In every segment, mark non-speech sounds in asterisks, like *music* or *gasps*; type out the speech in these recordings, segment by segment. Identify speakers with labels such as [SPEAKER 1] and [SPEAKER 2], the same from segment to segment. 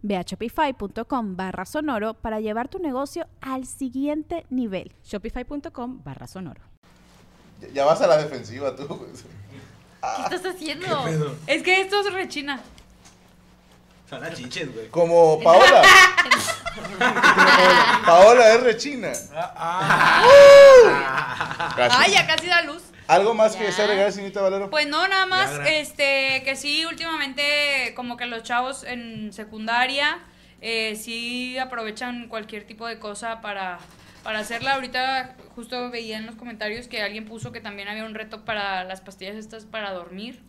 [SPEAKER 1] Ve a shopify.com barra sonoro para llevar tu negocio al siguiente nivel.
[SPEAKER 2] Shopify.com barra sonoro.
[SPEAKER 3] Ya, ya vas a la defensiva tú. *laughs*
[SPEAKER 4] Ah, ¿Qué estás haciendo? ¿Qué es que esto es rechina.
[SPEAKER 5] Son las chiches, güey.
[SPEAKER 3] Como
[SPEAKER 4] *laughs*
[SPEAKER 3] Paola. Paola. Paola es rechina.
[SPEAKER 4] Ah.
[SPEAKER 3] Casi.
[SPEAKER 4] Ay, ya casi da luz.
[SPEAKER 3] ¿Algo más que se agregar, señorita Valero?
[SPEAKER 4] Pues no, nada más,
[SPEAKER 5] gra-
[SPEAKER 4] este, que sí, últimamente como que los chavos en secundaria eh, sí aprovechan cualquier tipo de cosa para, para hacerla. Ahorita justo veía en los comentarios que alguien puso que también había un reto para las pastillas estas para dormir.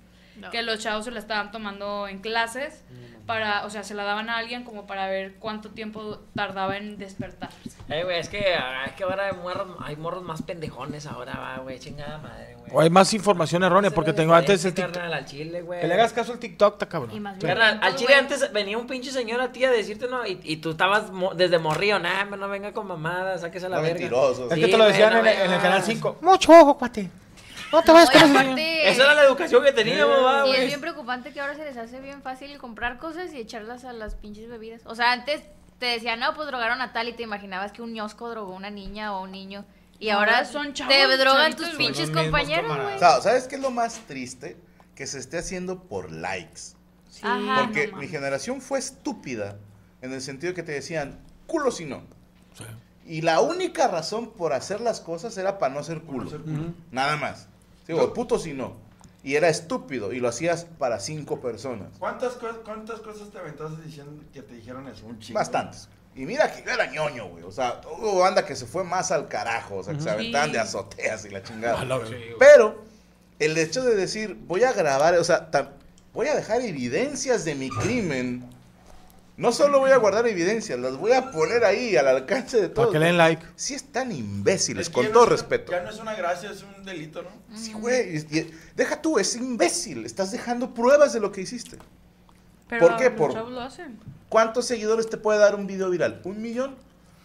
[SPEAKER 4] Que los chavos se la estaban tomando en clases para, o sea, se la daban a alguien como para ver cuánto tiempo tardaba en despertar.
[SPEAKER 6] Eh, güey, es que, ah, es que ahora hay morros, hay morros más pendejones ahora, va, güey, chingada madre, güey.
[SPEAKER 7] O hay más información errónea,
[SPEAKER 6] Esa
[SPEAKER 7] porque
[SPEAKER 6] es la
[SPEAKER 7] tengo antes el
[SPEAKER 6] diferencia,
[SPEAKER 7] TikTok.
[SPEAKER 6] carnal, al chile, güey.
[SPEAKER 7] Que le hagas caso al TikTok, ta cabrón.
[SPEAKER 4] Y más
[SPEAKER 7] Sí.
[SPEAKER 4] bien-
[SPEAKER 6] Carnal, al
[SPEAKER 4] Pues,
[SPEAKER 6] chile
[SPEAKER 4] güey.
[SPEAKER 6] antes venía un pinche señor a ti a decirte, no, y, y tú estabas mo- desde morrío, nah, hombre, no venga con mamadas, sáquese a la
[SPEAKER 3] No,
[SPEAKER 6] verga.
[SPEAKER 3] mentiroso.
[SPEAKER 7] Es
[SPEAKER 6] Sí,
[SPEAKER 7] que te lo
[SPEAKER 6] güey,
[SPEAKER 7] decían
[SPEAKER 6] no
[SPEAKER 7] en, el-
[SPEAKER 6] vengas.
[SPEAKER 7] en el canal 5. Mucho ojo, cuate. No te vayas
[SPEAKER 8] Oye,
[SPEAKER 7] con ese señor.
[SPEAKER 8] aparte,
[SPEAKER 6] Esa era la educación que teníamos, va,
[SPEAKER 8] y es
[SPEAKER 6] güey.
[SPEAKER 8] bien preocupante que ahora se les hace bien fácil comprar cosas y echarlas a las pinches bebidas. O sea, antes te decían, no, pues drogaron a tal y te imaginabas que un ñosco drogó a una niña o a un niño. Y ahora,
[SPEAKER 4] Ahora son chavos,
[SPEAKER 8] te drogan
[SPEAKER 4] chavitos,
[SPEAKER 8] tus
[SPEAKER 4] güey.
[SPEAKER 8] pinches
[SPEAKER 5] Son los mismos
[SPEAKER 8] compañeros, güey.
[SPEAKER 3] O
[SPEAKER 5] camaradas.
[SPEAKER 3] sea, ¿Sabes qué es lo más triste? Que se esté haciendo por likes.
[SPEAKER 4] Sí,
[SPEAKER 8] Ajá.
[SPEAKER 3] Porque
[SPEAKER 4] Ah, no
[SPEAKER 3] mi
[SPEAKER 4] mames.
[SPEAKER 3] generación fue estúpida en el sentido que te decían culo si no. Y la única razón por hacer las cosas era para no ser culo. Nada más. Sí, o puto si no. Y era estúpido y lo hacías para cinco personas.
[SPEAKER 5] ¿Cuántas, co- ¿Cuántas cosas te aventaste diciendo que te dijeron eso? Un chingo.
[SPEAKER 3] Bastantes. Y mira que yo era ñoño, güey. O sea, hubo banda que se fue más al carajo. O sea, que se aventaban de azoteas y la chingada. Pero el hecho de decir, voy a grabar, o sea, tam- voy a dejar evidencias de mi crimen. No solo voy a guardar evidencias, las voy a poner ahí al alcance de
[SPEAKER 7] Para
[SPEAKER 3] todos.
[SPEAKER 7] que le den like.
[SPEAKER 3] Sí están imbéciles,
[SPEAKER 5] Es que
[SPEAKER 3] con
[SPEAKER 5] ya
[SPEAKER 3] todo
[SPEAKER 5] no es una-
[SPEAKER 3] respeto.
[SPEAKER 5] Ya no es una gracia, es un delito, ¿no?
[SPEAKER 3] Sí, güey. y- y- Deja tú, es imbécil. Estás dejando pruebas de lo que hiciste.
[SPEAKER 4] Pero
[SPEAKER 3] ¿Por qué?
[SPEAKER 4] los
[SPEAKER 3] Por-
[SPEAKER 4] chavos lo hacen.
[SPEAKER 3] ¿Cuántos seguidores te puede dar un video viral? ¿Un millón?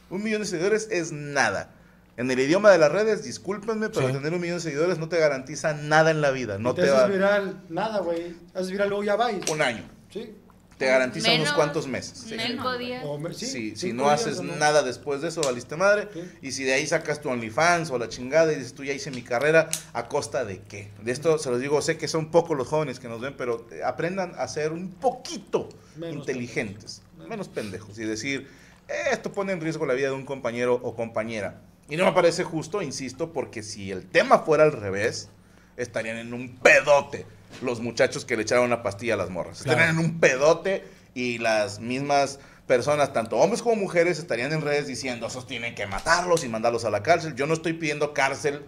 [SPEAKER 3] Un millón de seguidores es nada. En el idioma de las redes, discúlpenme, pero
[SPEAKER 7] Sí.
[SPEAKER 3] tener un millón de seguidores no te garantiza nada en la vida. No
[SPEAKER 9] te,
[SPEAKER 3] te,
[SPEAKER 9] haces
[SPEAKER 3] va
[SPEAKER 9] viral, nada, güey. Haces viral luego ya vais.
[SPEAKER 3] un año.
[SPEAKER 9] Sí.
[SPEAKER 3] Te garantiza unos
[SPEAKER 8] Menos.
[SPEAKER 3] cuantos meses.
[SPEAKER 4] Menos,
[SPEAKER 8] Cinco
[SPEAKER 4] güey.
[SPEAKER 10] Oh,
[SPEAKER 8] días.
[SPEAKER 9] O me- sí,
[SPEAKER 3] Si, si
[SPEAKER 9] cinco
[SPEAKER 3] no
[SPEAKER 9] días,
[SPEAKER 3] haces
[SPEAKER 9] o no.
[SPEAKER 3] nada después de eso, valiste madre.
[SPEAKER 9] Sí.
[SPEAKER 3] Y si de ahí sacas tu OnlyFans o la chingada y dices, tú ya hice mi carrera, ¿a costa de qué? De esto se los digo, sé que son pocos los jóvenes que nos ven, pero eh, aprendan a ser un poquito
[SPEAKER 9] Menos
[SPEAKER 3] inteligentes, menos pendejos y decir, "Eh, esto pone en riesgo la vida de un compañero o compañera. Y no me parece justo, insisto, porque si el tema fuera al revés, estarían en un pedote los muchachos que le echaron una pastilla a las morras. Estarían en un pedote y las mismas personas, tanto hombres como mujeres, estarían en redes diciendo, esos tienen que matarlos y mandarlos a la cárcel. Yo no estoy pidiendo cárcel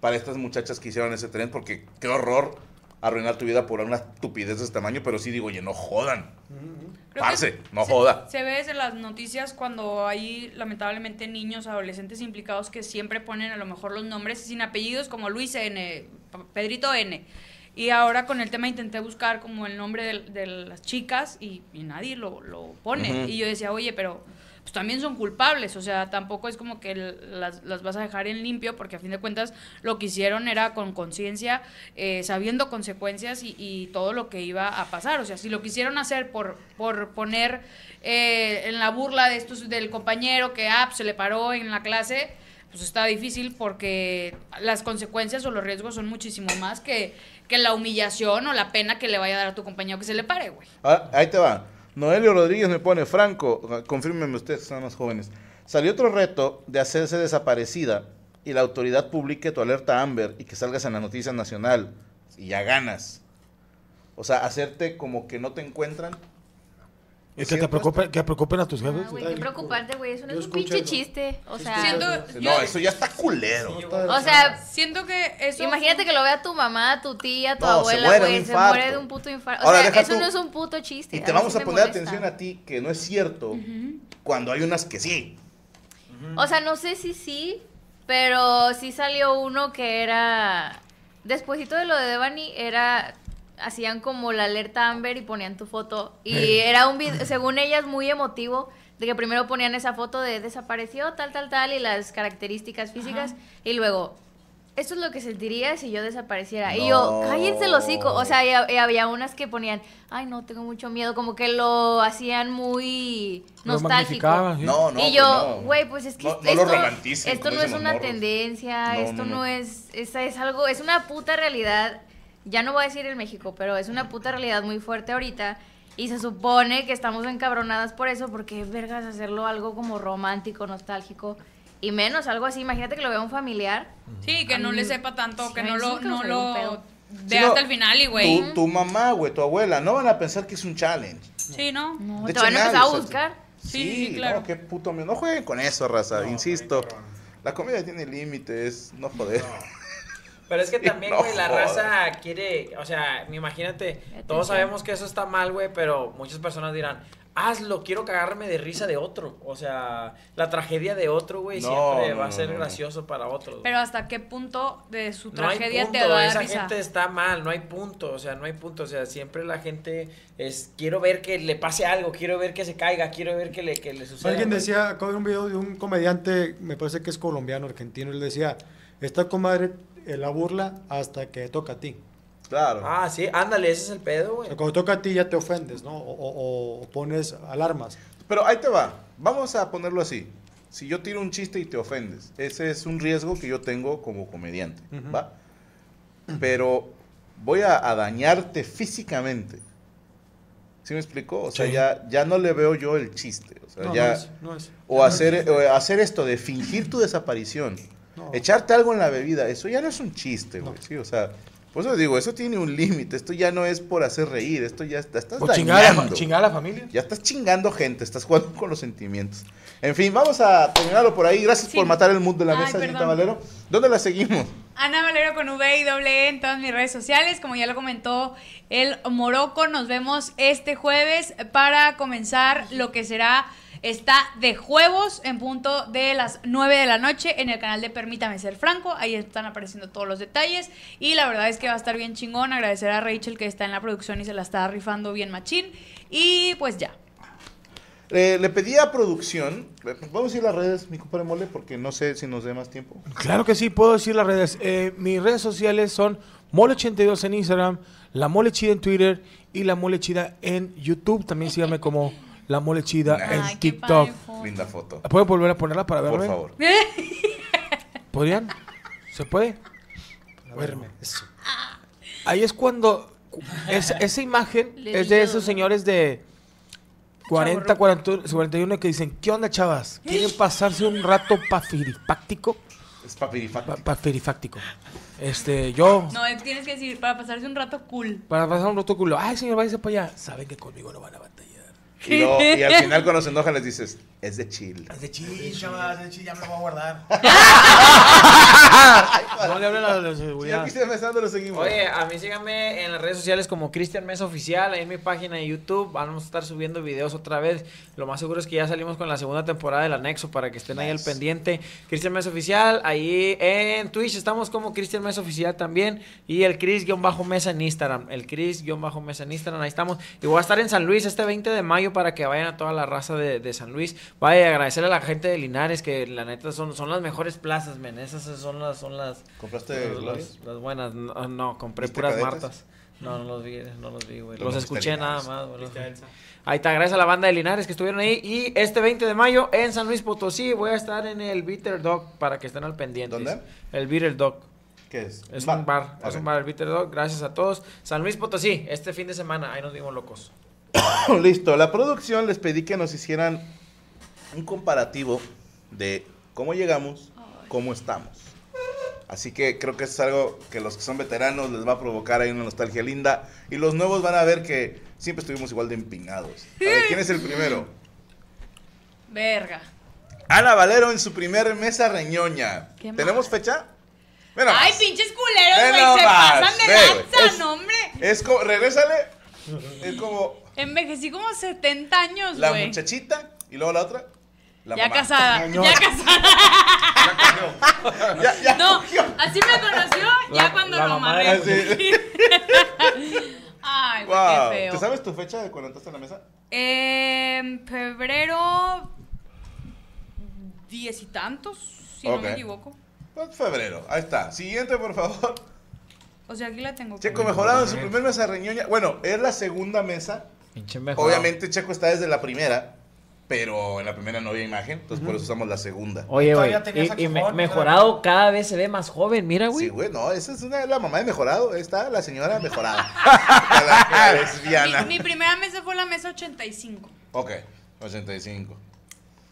[SPEAKER 3] para estas muchachas que hicieron ese tren, porque qué horror arruinar tu vida por una estupidez de ese tamaño, pero sí digo, oye, no jodan.
[SPEAKER 4] Creo que
[SPEAKER 3] Parce, no
[SPEAKER 4] se-
[SPEAKER 3] joda.
[SPEAKER 4] Se ve desde las noticias cuando hay lamentablemente niños, adolescentes implicados que siempre ponen a lo mejor los nombres sin apellidos como Luis N, P- Pedrito N. Y ahora con el tema intenté buscar como el nombre del- de, las chicas y, y nadie lo, lo pone.
[SPEAKER 3] Ujú.
[SPEAKER 4] Y yo decía, oye, pero pues también son culpables. O sea, tampoco es como que el- las, las vas a dejar en limpio porque a fin de cuentas lo que hicieron era con conciencia, eh, sabiendo consecuencias y, y todo lo que iba a pasar. O sea, si lo quisieron hacer por, por poner eh, en la burla de estos, del compañero que ah, pues, se le paró en la clase, pues está difícil porque las consecuencias o los riesgos son muchísimo más que, que la humillación o la pena que le vaya a dar a tu compañero que se le pare, güey.
[SPEAKER 3] Ahora, Ah, ahí te va. Noelio Rodríguez me pone, Franco, confírmenme ustedes que son más jóvenes. Salió otro reto de hacerse desaparecida y la autoridad publique tu alerta Amber y que salgas en la noticia nacional y ya ganas. O sea, hacerte como que no te encuentran.
[SPEAKER 7] Y
[SPEAKER 3] ¿Es
[SPEAKER 7] que te
[SPEAKER 3] cierto
[SPEAKER 7] preocupen, que preocupen a tus
[SPEAKER 8] Ah,
[SPEAKER 7] jefes.
[SPEAKER 8] güey, qué preocupante, güey. Eso no
[SPEAKER 9] Yo
[SPEAKER 8] es un
[SPEAKER 9] escucho
[SPEAKER 8] pinche
[SPEAKER 9] eso.
[SPEAKER 8] chiste. O
[SPEAKER 9] Sí,
[SPEAKER 8] sea,
[SPEAKER 9] sí,
[SPEAKER 4] Siento,
[SPEAKER 9] sí.
[SPEAKER 3] esto?
[SPEAKER 4] yo-
[SPEAKER 3] No, eso ya está culero.
[SPEAKER 8] o sea,
[SPEAKER 4] siento que eso.
[SPEAKER 8] imagínate que lo vea tu mamá, tu tía, tu
[SPEAKER 3] No, se
[SPEAKER 8] abuela,
[SPEAKER 3] muere de
[SPEAKER 8] güey.
[SPEAKER 3] un
[SPEAKER 8] Se muere
[SPEAKER 3] infarto.
[SPEAKER 8] de un puto infarto. O
[SPEAKER 3] Ahora,
[SPEAKER 8] sea,
[SPEAKER 3] deja
[SPEAKER 8] eso
[SPEAKER 3] tú.
[SPEAKER 8] no es un puto chiste.
[SPEAKER 3] Y te
[SPEAKER 8] mí
[SPEAKER 3] vamos
[SPEAKER 8] sí
[SPEAKER 3] a
[SPEAKER 8] me
[SPEAKER 3] poner
[SPEAKER 8] molesta.
[SPEAKER 3] atención a ti que no es cierto cuando hay unas que sí.
[SPEAKER 8] O sea, no sé si sí, pero sí salió uno que era. Despuésito de lo de Devani, era. Hacían como la alerta Amber y ponían tu foto. Y era un video, según ellas, muy emotivo. De que primero ponían esa foto de desapareció, tal, tal, tal, y las características físicas. Y luego, esto es lo que sentiría si yo desapareciera. Y yo,
[SPEAKER 3] No.
[SPEAKER 8] cállense el hocico. O sea, y, ha- y había unas que ponían, ay, no, tengo mucho miedo. Como que lo hacían muy
[SPEAKER 7] Lo
[SPEAKER 8] nostálgico.
[SPEAKER 7] magnificaban, sí.
[SPEAKER 3] No, no.
[SPEAKER 8] y
[SPEAKER 3] pues
[SPEAKER 8] yo,
[SPEAKER 3] no.
[SPEAKER 8] güey, pues es que
[SPEAKER 3] No-
[SPEAKER 8] esto,
[SPEAKER 3] no lo
[SPEAKER 8] esto-
[SPEAKER 3] romanticen,
[SPEAKER 8] esto
[SPEAKER 3] como
[SPEAKER 8] no es
[SPEAKER 3] dicen los
[SPEAKER 8] una
[SPEAKER 3] morros.
[SPEAKER 8] tendencia,
[SPEAKER 3] No,
[SPEAKER 8] esto no,
[SPEAKER 3] no, no.
[SPEAKER 8] es, esta es algo, es una puta realidad, ya no voy a decir en México, pero es una puta realidad muy fuerte ahorita y se supone que estamos encabronadas por eso porque vergas hacerlo algo como romántico, nostálgico y menos algo así, imagínate que lo vea un familiar.
[SPEAKER 4] Sí, que no le
[SPEAKER 8] Ay,
[SPEAKER 4] sepa tanto,
[SPEAKER 8] sí,
[SPEAKER 4] que
[SPEAKER 8] a mí
[SPEAKER 4] no
[SPEAKER 8] sí
[SPEAKER 4] lo,
[SPEAKER 8] que me
[SPEAKER 4] no
[SPEAKER 8] salió un
[SPEAKER 4] lo
[SPEAKER 8] pedo.
[SPEAKER 4] vea
[SPEAKER 3] Sí, no,
[SPEAKER 4] pues, hasta el final y güey.
[SPEAKER 3] Tu, tu mamá, güey, tu abuela, no van a pensar que es un challenge.
[SPEAKER 4] Sí, ¿no?
[SPEAKER 8] No,
[SPEAKER 3] De
[SPEAKER 8] te
[SPEAKER 3] hecho,
[SPEAKER 8] van a empezar a
[SPEAKER 3] nadie, o sea,
[SPEAKER 8] buscar.
[SPEAKER 4] Sí, sí, claro.
[SPEAKER 3] No, qué puto miedo. No jueguen con eso, raza,
[SPEAKER 5] No,
[SPEAKER 3] insisto.
[SPEAKER 5] cabrón.
[SPEAKER 3] La comida tiene límites, no joder.
[SPEAKER 6] Pero es que
[SPEAKER 3] Sí,
[SPEAKER 6] también,
[SPEAKER 3] no
[SPEAKER 6] güey, la
[SPEAKER 3] jodas.
[SPEAKER 6] raza quiere, o sea, imagínate,
[SPEAKER 8] Atención.
[SPEAKER 6] todos sabemos que eso está mal, güey, pero muchas personas dirán, hazlo, quiero cagarme de risa de otro. O sea, la tragedia de otro, güey,
[SPEAKER 3] No,
[SPEAKER 6] siempre
[SPEAKER 3] no,
[SPEAKER 6] va a
[SPEAKER 3] no,
[SPEAKER 6] ser
[SPEAKER 3] no, no.
[SPEAKER 6] gracioso para otros.
[SPEAKER 4] Pero hasta qué punto de su
[SPEAKER 6] no hay
[SPEAKER 4] tragedia
[SPEAKER 6] punto,
[SPEAKER 4] te da
[SPEAKER 6] esa
[SPEAKER 4] risa.
[SPEAKER 6] gente está mal, no hay punto, o sea, no hay punto, o sea, siempre la gente es, quiero ver que le pase algo, quiero ver que se caiga, quiero ver que le, que le suceda.
[SPEAKER 9] Alguien
[SPEAKER 6] güey.
[SPEAKER 9] decía, acabo de ver un video de un comediante, me parece que es colombiano, argentino, él decía, esta comadre eh, la burla hasta que toca a ti.
[SPEAKER 3] *laughs* Claro.
[SPEAKER 6] Ah, sí, ándale, ese es el pedo,
[SPEAKER 9] O
[SPEAKER 6] güey.
[SPEAKER 9] sea, cuando toca a ti ya te ofendes, ¿no? O, o- o- o pones alarmas.
[SPEAKER 3] Pero ahí te va. Vamos a ponerlo así. Si yo tiro un chiste y te ofendes, ese es un riesgo que yo tengo como comediante, ¿va? Pero voy a, a dañarte físicamente. ¿Sí me explico? O sea,
[SPEAKER 7] Sí.
[SPEAKER 3] ya, ya no le veo yo el chiste. O sea,
[SPEAKER 9] No,
[SPEAKER 3] ya...
[SPEAKER 9] no es, no es.
[SPEAKER 3] O hacer, o hacer esto de fingir tu desaparición.
[SPEAKER 9] No.
[SPEAKER 3] Echarte algo en la bebida. Eso ya no es un chiste, güey. Sí, o sea, por eso digo, eso tiene un límite. Esto ya no es por hacer reír. Esto ya está, estás
[SPEAKER 7] O chingar a, la fa-
[SPEAKER 3] dañando.
[SPEAKER 7] chingar a la familia.
[SPEAKER 3] Ya estás chingando gente. Estás jugando con los sentimientos. En fin, vamos a terminarlo por ahí. Gracias
[SPEAKER 4] Sí.
[SPEAKER 3] por matar el mood de la
[SPEAKER 4] Ay,
[SPEAKER 3] mesa, Anita
[SPEAKER 4] perdón.
[SPEAKER 3] Valero. ¿Dónde la seguimos?
[SPEAKER 4] Ana Valero con V y doble E en todas mis redes sociales, como ya lo comentó el Moroco, nos vemos este jueves para comenzar lo que será está de juegos en punto de las 9 de la noche en el canal de Permítame Ser Franco, ahí están apareciendo todos los detalles y la verdad es que va a estar bien chingón, agradecer a Rachel que está en la producción y se la está rifando bien machín y pues ya.
[SPEAKER 3] Eh, le pedí a producción. eh, Vamos a ir a las redes, mi compadre Mole, porque no sé si nos dé más tiempo.
[SPEAKER 7] Claro que sí, puedo decir las redes. Eh, mis redes sociales son Mole82 en Instagram, La Mole Chida en Twitter y La Mole Chida en YouTube. También síganme como La Mole Chida
[SPEAKER 4] Ay,
[SPEAKER 7] en
[SPEAKER 4] qué
[SPEAKER 7] TikTok.
[SPEAKER 4] padre, jo.
[SPEAKER 3] Linda foto.
[SPEAKER 7] ¿Pueden volver a ponerla para verme?
[SPEAKER 3] Por favor.
[SPEAKER 7] ¿Podrían? ¿Se puede?
[SPEAKER 9] A verme, eso.
[SPEAKER 7] Ahí es cuando cu- es- esa imagen
[SPEAKER 8] Le
[SPEAKER 7] es de
[SPEAKER 8] dio,
[SPEAKER 7] esos
[SPEAKER 8] ¿no?
[SPEAKER 7] señores de 40, 41, 41 que dicen, ¿qué onda, chavas?
[SPEAKER 4] *gasps*
[SPEAKER 7] Quieren pasarse un rato pafiripáctico.
[SPEAKER 3] Es papirifacto.
[SPEAKER 7] Pa- pafirifáctico. Este, yo,
[SPEAKER 4] No, tienes que decir, para pasarse un rato cool.
[SPEAKER 7] para pasar un rato culo, ay, señor, váyase para allá. Saben que conmigo no van a batallar.
[SPEAKER 3] Y, luego- y *laughs* al final cuando se enojan les dices, es de chill.
[SPEAKER 7] Es de
[SPEAKER 5] Sí,
[SPEAKER 7] chis.
[SPEAKER 5] chavas, de hecho, ya me lo voy a guardar.
[SPEAKER 7] *laughs* No le hablen a la
[SPEAKER 3] Y
[SPEAKER 7] seguridad.
[SPEAKER 3] aquí se empezando, lo seguimos.
[SPEAKER 6] Oye, a mí síganme en las redes sociales como Cristian Mesa Oficial, ahí en mi página de YouTube. Vamos a estar subiendo videos otra vez. Lo más seguro es que ya salimos con la segunda temporada del anexo para que estén ahí al pendiente. Cristian Mesa Oficial, ahí en Twitch estamos como Cristian Mesa Oficial también. Y el Cris-Mesa en Instagram. El Cris-Mesa en Instagram, ahí estamos. Y voy a estar en San Luis este 20 de mayo para que vayan a toda la raza de, de San Luis. Vaya, a agradecerle a la gente de Linares que la neta son, son las mejores plazas, men. Esas son las, son las
[SPEAKER 3] ¿Compraste
[SPEAKER 6] los-
[SPEAKER 3] glorias?
[SPEAKER 6] los- las buenas, no, ah, no, compré
[SPEAKER 3] ¿Viste
[SPEAKER 6] puras
[SPEAKER 3] cadetes?
[SPEAKER 6] martas. No, no los vi, eh, no los vi, güey.
[SPEAKER 3] Los
[SPEAKER 6] Los
[SPEAKER 3] viste
[SPEAKER 6] escuché nada
[SPEAKER 3] Linares.
[SPEAKER 6] más, güey. los- Ahí está, gracias a la banda de Linares que estuvieron ahí. Y este 20 de mayo en San Luis Potosí voy a estar en el Bitter Dog para que estén al pendiente.
[SPEAKER 3] ¿Dónde?
[SPEAKER 6] El Bitter Dog.
[SPEAKER 3] ¿Qué es?
[SPEAKER 6] Es un bar, es un bar, el Bitter Dog. Gracias a todos. San Luis Potosí, este fin de semana, ahí nos vimos locos.
[SPEAKER 3] bar. *clears throat* Listo, la producción les pedí que nos hicieran un comparativo de cómo llegamos, cómo estamos. Así que creo que es algo que los que son veteranos les va a provocar ahí una nostalgia linda. Y los nuevos van a ver que siempre estuvimos igual de empinados. A ver, ¿quién es el primero?
[SPEAKER 4] *laughs* Verga.
[SPEAKER 3] Ana Valero en su primer mesa reñoña.
[SPEAKER 4] Qué
[SPEAKER 3] ¿Tenemos fecha? Ve nomás.
[SPEAKER 4] Ay, pinches culeros,
[SPEAKER 3] Ve
[SPEAKER 4] güey, se
[SPEAKER 3] nomás,
[SPEAKER 4] pasan de
[SPEAKER 3] ve,
[SPEAKER 4] lanza,
[SPEAKER 3] es-
[SPEAKER 4] no, hombre.
[SPEAKER 3] Es como, regrésale. Es como
[SPEAKER 4] Envejecí como 70 años,
[SPEAKER 3] la
[SPEAKER 4] güey.
[SPEAKER 3] muchachita y luego la otra. La
[SPEAKER 4] Ya
[SPEAKER 3] mamá. *laughs*
[SPEAKER 4] casada,
[SPEAKER 9] Ñoña.
[SPEAKER 4] ya casada. *laughs*
[SPEAKER 3] Ya, ya. *laughs*
[SPEAKER 4] No, así me conoció ya
[SPEAKER 6] La-
[SPEAKER 4] cuando
[SPEAKER 6] la
[SPEAKER 4] lo
[SPEAKER 6] mamá
[SPEAKER 4] amarré.
[SPEAKER 3] era así.
[SPEAKER 4] Ay, güey,
[SPEAKER 3] Wow.
[SPEAKER 4] qué feo.
[SPEAKER 3] ¿Te sabes tu fecha de cuando entraste en la mesa?
[SPEAKER 4] Em, febrero. Diez y tantos, si no
[SPEAKER 3] Ok.
[SPEAKER 4] me equivoco.
[SPEAKER 3] Pues, febrero. Ahí está. Siguiente, por favor.
[SPEAKER 4] O sea, aquí la tengo.
[SPEAKER 3] Checo mejorado en su primer mesa reñoña. Bueno, es la segunda mesa.
[SPEAKER 6] Pinche mejor.
[SPEAKER 3] Obviamente Checo está desde la primera, pero en la primera no había imagen, entonces por eso usamos la segunda.
[SPEAKER 6] Oye, güey.
[SPEAKER 10] Todavía tenía
[SPEAKER 6] Y, y me-
[SPEAKER 10] saxofón,
[SPEAKER 6] mejorado cada vez se ve más joven, mira, güey.
[SPEAKER 3] Sí, güey, no, esa es una, la mamá de mejorado, ahí está la señora mejorada. *laughs* la, la lesbiana.
[SPEAKER 4] Mi, mi primera mesa fue la mesa 85.
[SPEAKER 3] Ok, 85.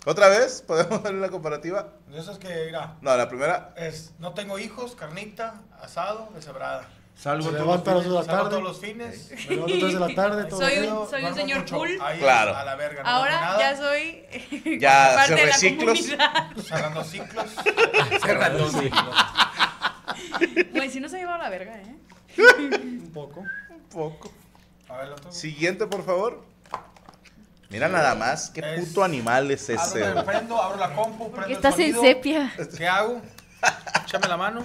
[SPEAKER 3] ¿Otra vez? ¿Podemos ver la comparativa?
[SPEAKER 10] De esos que, mira,
[SPEAKER 3] No, la primera.
[SPEAKER 10] es no tengo hijos, carnita, asado, deshebrada.
[SPEAKER 9] Se
[SPEAKER 10] Salgo
[SPEAKER 9] levanta a las dos de la
[SPEAKER 10] salgo
[SPEAKER 9] tarde.
[SPEAKER 10] todos los fines.
[SPEAKER 9] Me levanto a las tres de la tarde, todo
[SPEAKER 4] Soy un-
[SPEAKER 9] pedo.
[SPEAKER 4] soy un
[SPEAKER 10] duermo
[SPEAKER 4] señor
[SPEAKER 10] mucho.
[SPEAKER 4] cool.
[SPEAKER 10] Ahí,
[SPEAKER 3] Claro.
[SPEAKER 10] A la verga. no hago
[SPEAKER 4] Ahora
[SPEAKER 10] nada.
[SPEAKER 4] ya soy eh,
[SPEAKER 3] Ya,
[SPEAKER 4] parte
[SPEAKER 3] Ah, ¿se
[SPEAKER 4] de la
[SPEAKER 3] reciclos?
[SPEAKER 4] comunidad.
[SPEAKER 10] Cerrando ciclos.
[SPEAKER 3] *laughs*
[SPEAKER 4] *laughs*
[SPEAKER 6] Cerrando ciclos.
[SPEAKER 4] Güey, si no se ha llevado la verga, ¿eh?
[SPEAKER 9] Un poco.
[SPEAKER 3] Un poco.
[SPEAKER 10] A ver, lo otro.
[SPEAKER 3] Siguiente, por favor. Mira nada más, qué
[SPEAKER 10] Es-
[SPEAKER 3] puto animal es ese,
[SPEAKER 10] Abro, me
[SPEAKER 3] güey.
[SPEAKER 10] prendo, abro la compu, prendo
[SPEAKER 8] Porque
[SPEAKER 10] el
[SPEAKER 8] estás en
[SPEAKER 10] sonido.
[SPEAKER 8] sepia.
[SPEAKER 10] ¿Qué hago? Échame la mano.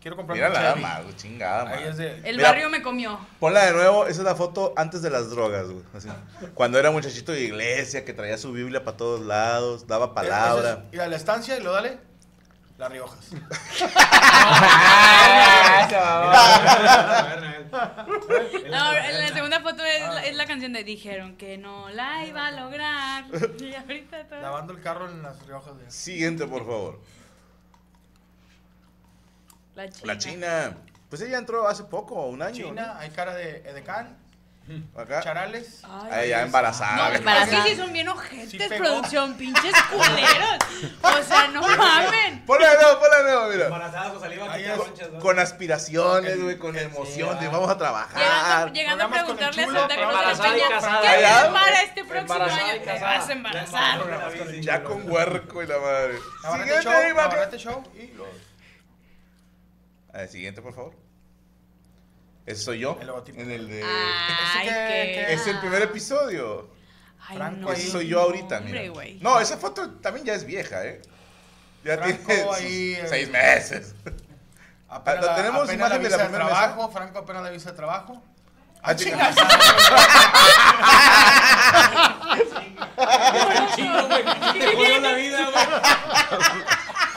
[SPEAKER 10] Quiero comprar
[SPEAKER 3] Mira
[SPEAKER 10] un
[SPEAKER 3] nada
[SPEAKER 10] Chevy.
[SPEAKER 3] más, güey, chingada,
[SPEAKER 10] Ahí es
[SPEAKER 3] madre.
[SPEAKER 10] de...
[SPEAKER 4] El
[SPEAKER 3] Mira.
[SPEAKER 4] barrio me comió.
[SPEAKER 3] Ponla de nuevo, esa es la foto antes de las drogas, güey. así. Cuando era muchachito de iglesia, que traía su Biblia para todos lados, daba
[SPEAKER 10] Ese
[SPEAKER 3] palabra.
[SPEAKER 10] E-, es- Mira, la estancia y lo dale. Las
[SPEAKER 3] *laughs*
[SPEAKER 10] Riojas.
[SPEAKER 4] No, en la segunda foto es, la, es la canción de Dijeron que no la iba a lograr. Y ahorita todo.
[SPEAKER 10] Lavando el carro en las Riojas. güey.
[SPEAKER 3] Siguiente, por favor.
[SPEAKER 4] La china.
[SPEAKER 3] La China. Pues ella entró hace poco, un año. Ah.
[SPEAKER 10] China, hay cara de Edecán,
[SPEAKER 3] ¿no? Acá.
[SPEAKER 10] Charales.
[SPEAKER 3] Ay, ya embarazada.
[SPEAKER 4] No,
[SPEAKER 3] güey.
[SPEAKER 4] es que sí son bien
[SPEAKER 10] Sí
[SPEAKER 4] ojetes,
[SPEAKER 10] pegó.
[SPEAKER 4] producción, pinches culeros. O sea, no
[SPEAKER 10] Ah,
[SPEAKER 4] mamen.
[SPEAKER 3] Ponla de nuevo, ponla de nuevo, mira.
[SPEAKER 6] Embarazadas o saliva
[SPEAKER 10] Ahí
[SPEAKER 6] que
[SPEAKER 10] es.
[SPEAKER 6] conchas, ¿no?
[SPEAKER 3] Con aspiraciones, güey, con emoción, de vamos a
[SPEAKER 4] Llegando,
[SPEAKER 3] trabajar.
[SPEAKER 4] llegando a
[SPEAKER 10] Hablamos ah, con el
[SPEAKER 4] preguntarle a
[SPEAKER 10] chulo,
[SPEAKER 4] Santa Cruz de la
[SPEAKER 6] embarazada y
[SPEAKER 4] Peña,
[SPEAKER 6] casada.
[SPEAKER 4] ¿qué
[SPEAKER 3] Ya.
[SPEAKER 4] te para este próximo
[SPEAKER 6] Embarazada y
[SPEAKER 4] año? Te
[SPEAKER 6] casada.
[SPEAKER 4] vas a
[SPEAKER 8] Ah.
[SPEAKER 4] embarazar.
[SPEAKER 3] Ya con huerco y la madre.
[SPEAKER 10] Navarrete Show,
[SPEAKER 3] Siguiente, imagen.
[SPEAKER 10] Navarrete Show y lo-
[SPEAKER 3] A ver, siguiente, por favor. Ese soy yo.
[SPEAKER 10] El logotipo.
[SPEAKER 3] En el de.
[SPEAKER 10] Ese
[SPEAKER 4] Ay,
[SPEAKER 10] que-
[SPEAKER 4] qué.
[SPEAKER 3] Es el primer episodio.
[SPEAKER 4] Ay,
[SPEAKER 10] Franco,
[SPEAKER 4] no,
[SPEAKER 3] Ese soy yo ahorita,
[SPEAKER 4] hombre,
[SPEAKER 3] mira.
[SPEAKER 4] güey.
[SPEAKER 3] No, esa foto también ya es vieja, ¿eh? Ya
[SPEAKER 10] Franco
[SPEAKER 3] tiene sus
[SPEAKER 10] ahí, eh.
[SPEAKER 3] seis meses.
[SPEAKER 10] Apenas
[SPEAKER 3] Ah,
[SPEAKER 10] la-
[SPEAKER 3] ¿tenemos
[SPEAKER 10] apenas
[SPEAKER 3] imagen de la
[SPEAKER 10] visa
[SPEAKER 3] primera
[SPEAKER 10] trabajo, Franco apenas la visa de trabajo.
[SPEAKER 3] Ah, chinga.
[SPEAKER 6] Te jodió la
[SPEAKER 11] *laughs*
[SPEAKER 6] vida, güey.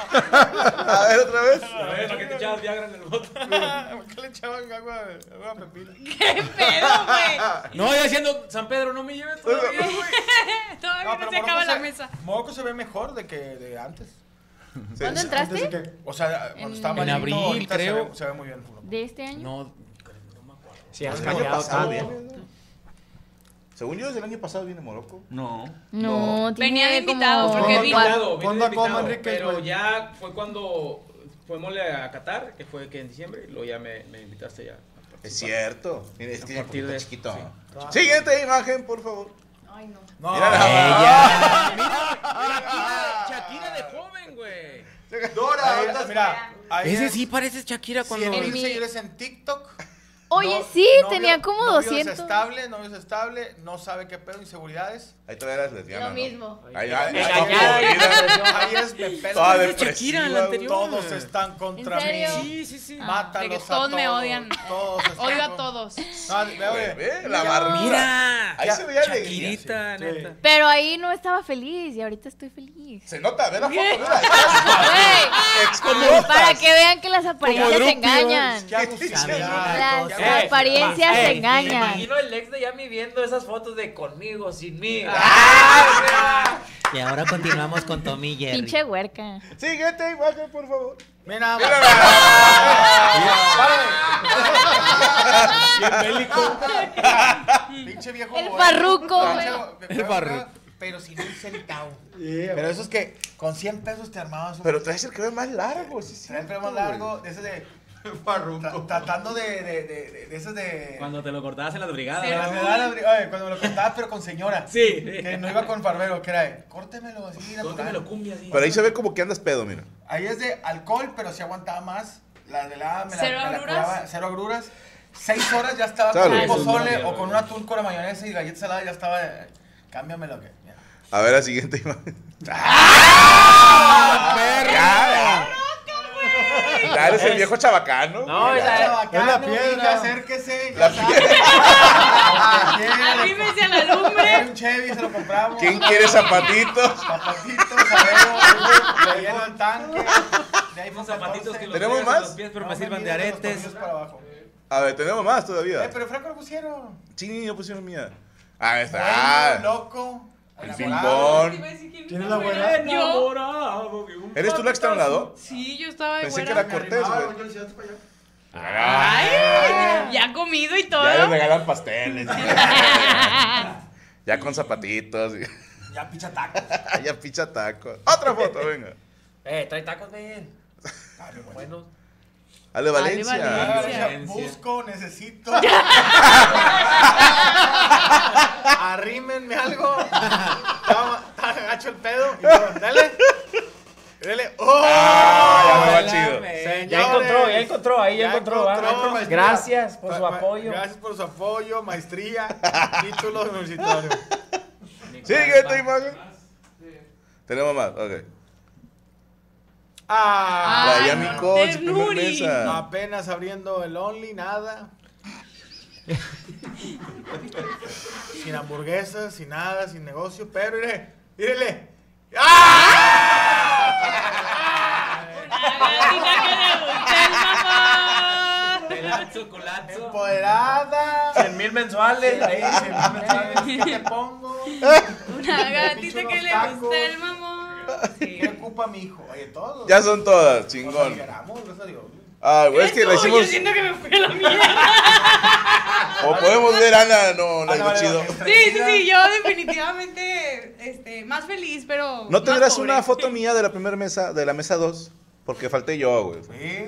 [SPEAKER 3] *laughs* A ver, otra vez.
[SPEAKER 6] A ver, ¿para qué te echabas Viagra en el bote?
[SPEAKER 10] *laughs* ¿Por qué le echaban agua agua a pepino?
[SPEAKER 4] ¿Qué pedo, güey?
[SPEAKER 6] No, yo diciendo, San Pedro, no me lleves todavía, güey.
[SPEAKER 4] Todavía no,
[SPEAKER 10] pero
[SPEAKER 4] se acaba
[SPEAKER 10] Morocco
[SPEAKER 4] la
[SPEAKER 10] se-
[SPEAKER 4] mesa.
[SPEAKER 10] Morocco se ve mejor de que de antes.
[SPEAKER 3] Sí.
[SPEAKER 8] ¿Cuándo
[SPEAKER 9] Antes de
[SPEAKER 8] entraste?
[SPEAKER 9] que-
[SPEAKER 10] O sea, cuando estaba
[SPEAKER 6] En
[SPEAKER 10] malito,
[SPEAKER 6] abril,
[SPEAKER 10] ahorita se
[SPEAKER 6] creo.
[SPEAKER 10] ve- Se ve muy bien. Fulano.
[SPEAKER 8] ¿De este año?
[SPEAKER 6] No. Sí, has
[SPEAKER 3] El año
[SPEAKER 6] cambiado
[SPEAKER 3] pasado
[SPEAKER 6] tanto.
[SPEAKER 3] viene, ¿no? Según yo, desde el año pasado viene Morocco.
[SPEAKER 6] No.
[SPEAKER 8] No, tiene
[SPEAKER 4] Venía de
[SPEAKER 8] como-
[SPEAKER 4] invitado, porque
[SPEAKER 8] como
[SPEAKER 4] vi-
[SPEAKER 8] cuatro-
[SPEAKER 9] Cuando acabó Manrique,
[SPEAKER 11] pero
[SPEAKER 7] pues,
[SPEAKER 9] güey.
[SPEAKER 11] ya fue cuando fuimos a Qatar, que fue que en diciembre, y luego ya me, me invitaste ya. a participar.
[SPEAKER 3] Es cierto. Tiene- Es que tiene
[SPEAKER 11] A partir
[SPEAKER 3] poquito
[SPEAKER 11] de-
[SPEAKER 3] chiquito.
[SPEAKER 11] sí.
[SPEAKER 3] Siguiente imagen, por favor.
[SPEAKER 4] Ay, no.
[SPEAKER 10] No,
[SPEAKER 3] Mira la-
[SPEAKER 11] Shakira, Shakira de joven, güey.
[SPEAKER 10] Dora, ahorita- mira. ahí
[SPEAKER 6] Ese
[SPEAKER 10] es-
[SPEAKER 6] sí parece Shakira cuando...
[SPEAKER 10] 100
[SPEAKER 8] En
[SPEAKER 10] mil
[SPEAKER 8] mi-
[SPEAKER 10] seguidores en TikTok.
[SPEAKER 8] Oye,
[SPEAKER 10] No-
[SPEAKER 8] sí,
[SPEAKER 10] novio-
[SPEAKER 8] tenía como
[SPEAKER 10] novio
[SPEAKER 8] 200.
[SPEAKER 10] Desestable, novio desestable, no sabe qué pedo, inseguridades.
[SPEAKER 3] Ahí todavía eras lesbiana.
[SPEAKER 8] Lo
[SPEAKER 3] ¿no?
[SPEAKER 8] mismo.
[SPEAKER 3] Ahí, ahí, ahí,
[SPEAKER 6] Engañada,
[SPEAKER 3] ahí, ahí, ahí.
[SPEAKER 10] Ahí es me
[SPEAKER 6] Ah,
[SPEAKER 10] pela.
[SPEAKER 3] Toda
[SPEAKER 10] Todos
[SPEAKER 3] depresiva,
[SPEAKER 6] Shakira, la
[SPEAKER 3] güey.
[SPEAKER 6] anterior.
[SPEAKER 10] Todos están contra
[SPEAKER 8] ¿En
[SPEAKER 10] mí.
[SPEAKER 8] serio?
[SPEAKER 6] Sí, sí, sí.
[SPEAKER 10] Mátalos
[SPEAKER 4] Ah. De que
[SPEAKER 10] a
[SPEAKER 4] todos me
[SPEAKER 10] todos,
[SPEAKER 4] odian.
[SPEAKER 10] todos están
[SPEAKER 4] Odio a
[SPEAKER 10] con-
[SPEAKER 4] todos.
[SPEAKER 10] No, eh. ve,
[SPEAKER 3] Güey,
[SPEAKER 10] oye,
[SPEAKER 3] ve la barba.
[SPEAKER 6] Mira.
[SPEAKER 3] Ahí se veía alegría.
[SPEAKER 6] Shakirita,
[SPEAKER 9] sí.
[SPEAKER 6] neta.
[SPEAKER 9] Sí.
[SPEAKER 8] Pero ahí no estaba feliz y ahorita estoy feliz.
[SPEAKER 3] Se nota, ve la foto,
[SPEAKER 4] ¿Qué?
[SPEAKER 3] mira.
[SPEAKER 8] Güey,
[SPEAKER 3] Excomodas.
[SPEAKER 8] para que vean que las apariencias
[SPEAKER 12] Drupi,
[SPEAKER 8] se engañan.
[SPEAKER 10] Qué ansiedad,
[SPEAKER 8] Las
[SPEAKER 10] qué
[SPEAKER 6] Eh,
[SPEAKER 8] apariencias
[SPEAKER 6] ma-
[SPEAKER 8] se
[SPEAKER 6] eh, Me
[SPEAKER 8] engañan.
[SPEAKER 6] imagino el ex de Yami viendo esas fotos de conmigo, sin mí.
[SPEAKER 3] Ah.
[SPEAKER 6] Y ahora continuamos con Tommy
[SPEAKER 8] Pinche huerca.
[SPEAKER 3] Siguiente imagen, por favor.
[SPEAKER 10] Mira,
[SPEAKER 3] Mira,
[SPEAKER 10] mira,
[SPEAKER 6] bélico.
[SPEAKER 10] pinche viejo.
[SPEAKER 8] El
[SPEAKER 10] bohemio.
[SPEAKER 8] farruco,
[SPEAKER 10] Pinche-
[SPEAKER 8] güey.
[SPEAKER 10] me acuerdo,
[SPEAKER 6] farruco.
[SPEAKER 10] pero sin un centavo.
[SPEAKER 9] Yeah.
[SPEAKER 10] Pero esos que con 100 pesos te armabas un...
[SPEAKER 3] Pero traes el cabello más largo, sí, sí.
[SPEAKER 10] Traes el cabello más largo, de ese de... tra- tratando de, de, de, de- de esos de...
[SPEAKER 13] Cuando te lo cortabas en las brigadas.
[SPEAKER 10] de la-
[SPEAKER 13] ¿verdad?
[SPEAKER 10] me daba la bri- oye, cuando me lo cortabas, pero con señora.
[SPEAKER 13] Sí.
[SPEAKER 10] Que no iba con farbero, que era de, córtemelo así, natural.
[SPEAKER 13] Córtemelo cumbia, sí.
[SPEAKER 3] Pero ahí se ve como que andas pedo, mira.
[SPEAKER 10] Ahí es de alcohol, pero sí aguantaba más. La de la me la-
[SPEAKER 4] ¿Cero
[SPEAKER 10] me la
[SPEAKER 4] agruras?
[SPEAKER 10] curaba, cero agruras. Seis horas ya estaba
[SPEAKER 3] Salud.
[SPEAKER 10] con un
[SPEAKER 3] Eso es
[SPEAKER 10] pozole
[SPEAKER 13] válido,
[SPEAKER 10] o con
[SPEAKER 13] güey.
[SPEAKER 10] una atún con la mayonesa y galleta salada ya estaba. eh, Cámbiamelo que. ya.
[SPEAKER 3] A ver la siguiente imagen. ¡Ah! ¡Perra! Claro, es el viejo chabacano.
[SPEAKER 6] No,
[SPEAKER 10] Ya
[SPEAKER 6] esa-
[SPEAKER 10] estaba
[SPEAKER 9] es la
[SPEAKER 10] bacano,
[SPEAKER 9] piedra.
[SPEAKER 10] niño, acérquese.
[SPEAKER 3] La
[SPEAKER 10] *laughs*
[SPEAKER 4] Arrímense a la lumbre.
[SPEAKER 10] Un Chevy se lo compramos.
[SPEAKER 3] ¿Quién quiere zapatitos?
[SPEAKER 10] Zapatitos, sabemos. Le lleno el tanque. De ahí
[SPEAKER 13] Unos zapatitos que los
[SPEAKER 3] ¿Tenemos
[SPEAKER 13] pegas en
[SPEAKER 3] más?
[SPEAKER 13] los pies, pero me sirvan de aretes.
[SPEAKER 3] A ver, tenemos más todavía.
[SPEAKER 10] Eh, pero Franco lo pusieron.
[SPEAKER 3] Sí, no pusieron mía. Ah, Ahí
[SPEAKER 10] Bueno,
[SPEAKER 3] está.
[SPEAKER 10] loco.
[SPEAKER 3] El
[SPEAKER 10] enamorado.
[SPEAKER 3] bimbón.
[SPEAKER 9] ¿Quién es la abuela?
[SPEAKER 4] Yo,
[SPEAKER 10] Ah,
[SPEAKER 3] ¿Eres tú la extranulado?
[SPEAKER 4] sí, yo estaba
[SPEAKER 3] Pensé que
[SPEAKER 4] igual.
[SPEAKER 3] era Cortés,
[SPEAKER 5] Ah,
[SPEAKER 3] güey.
[SPEAKER 5] yo decía, "Hazte para allá".
[SPEAKER 10] Ah.
[SPEAKER 4] Ay, ya comido y todo.
[SPEAKER 3] Ya les regalan
[SPEAKER 4] *laughs*
[SPEAKER 3] pasteles. ya con zapatitos. y- *laughs*
[SPEAKER 10] Ya
[SPEAKER 6] *laughs*
[SPEAKER 10] picha tacos.
[SPEAKER 3] ya picha taco. Otra foto, venga.
[SPEAKER 6] Eh, trae tacos, ven. Bueno.
[SPEAKER 3] Ale Valencia.
[SPEAKER 4] Valencia.
[SPEAKER 10] Ya, Busco,
[SPEAKER 6] *laughs*
[SPEAKER 10] necesito. Arrímenme algo. Estaba estaba gacho el pedo. Y luego, dale. Dale. ¡Oh!
[SPEAKER 3] Ah, ya me va
[SPEAKER 10] Válame.
[SPEAKER 3] chido.
[SPEAKER 6] Ya encontró, ya encontró, ahí ya encontró, va, va.
[SPEAKER 10] maestría.
[SPEAKER 6] Gracias por su
[SPEAKER 10] Ma- ma-
[SPEAKER 6] apoyo.
[SPEAKER 10] Gracias por su
[SPEAKER 6] *laughs*
[SPEAKER 10] apoyo, maestría, título universitario.
[SPEAKER 3] Siguiente imagen. Tenemos más, ok.
[SPEAKER 10] Ah,
[SPEAKER 3] La de
[SPEAKER 4] Ay,
[SPEAKER 3] Yami Coach, primer
[SPEAKER 4] ternuri.
[SPEAKER 3] mesa.
[SPEAKER 10] apenas abriendo el Only, nada. sin hamburguesas, sin nada, sin negocio, pero mire, mírele. ¡Ah!
[SPEAKER 4] La gatita que le gusta el mamá.
[SPEAKER 13] Pelazo, colazo.
[SPEAKER 10] Empoderada.
[SPEAKER 6] 100 mil mensuales, ahí.
[SPEAKER 10] Ahí, ¿sabes ¿Qué te pongo?
[SPEAKER 4] Una gatita
[SPEAKER 10] Pincho
[SPEAKER 4] que le
[SPEAKER 10] unos
[SPEAKER 4] gusta el
[SPEAKER 10] tacos.
[SPEAKER 4] mamón.
[SPEAKER 10] ¿Qué ocupa mi hijo? Oye, todos.
[SPEAKER 3] Ya son todas,
[SPEAKER 10] Nos
[SPEAKER 3] chingón.
[SPEAKER 10] liberamos, gracias a Dios.
[SPEAKER 3] Ah, güey, es que la
[SPEAKER 4] Eres tú,
[SPEAKER 3] hicimos.
[SPEAKER 4] Yo siento que me fui a la mierda.
[SPEAKER 3] *laughs* O podemos ver Ana, no, la
[SPEAKER 10] Ah, no,
[SPEAKER 3] hizo
[SPEAKER 10] no, no,
[SPEAKER 3] chido.
[SPEAKER 10] no,
[SPEAKER 4] Sí, sí, sí, yo definitivamente este, más feliz, pero.
[SPEAKER 3] ¿No
[SPEAKER 4] más
[SPEAKER 3] tendrás
[SPEAKER 4] pobre.
[SPEAKER 3] una foto mía de la primera mesa, de la mesa 2? Porque falté yo, güey.
[SPEAKER 10] Sí.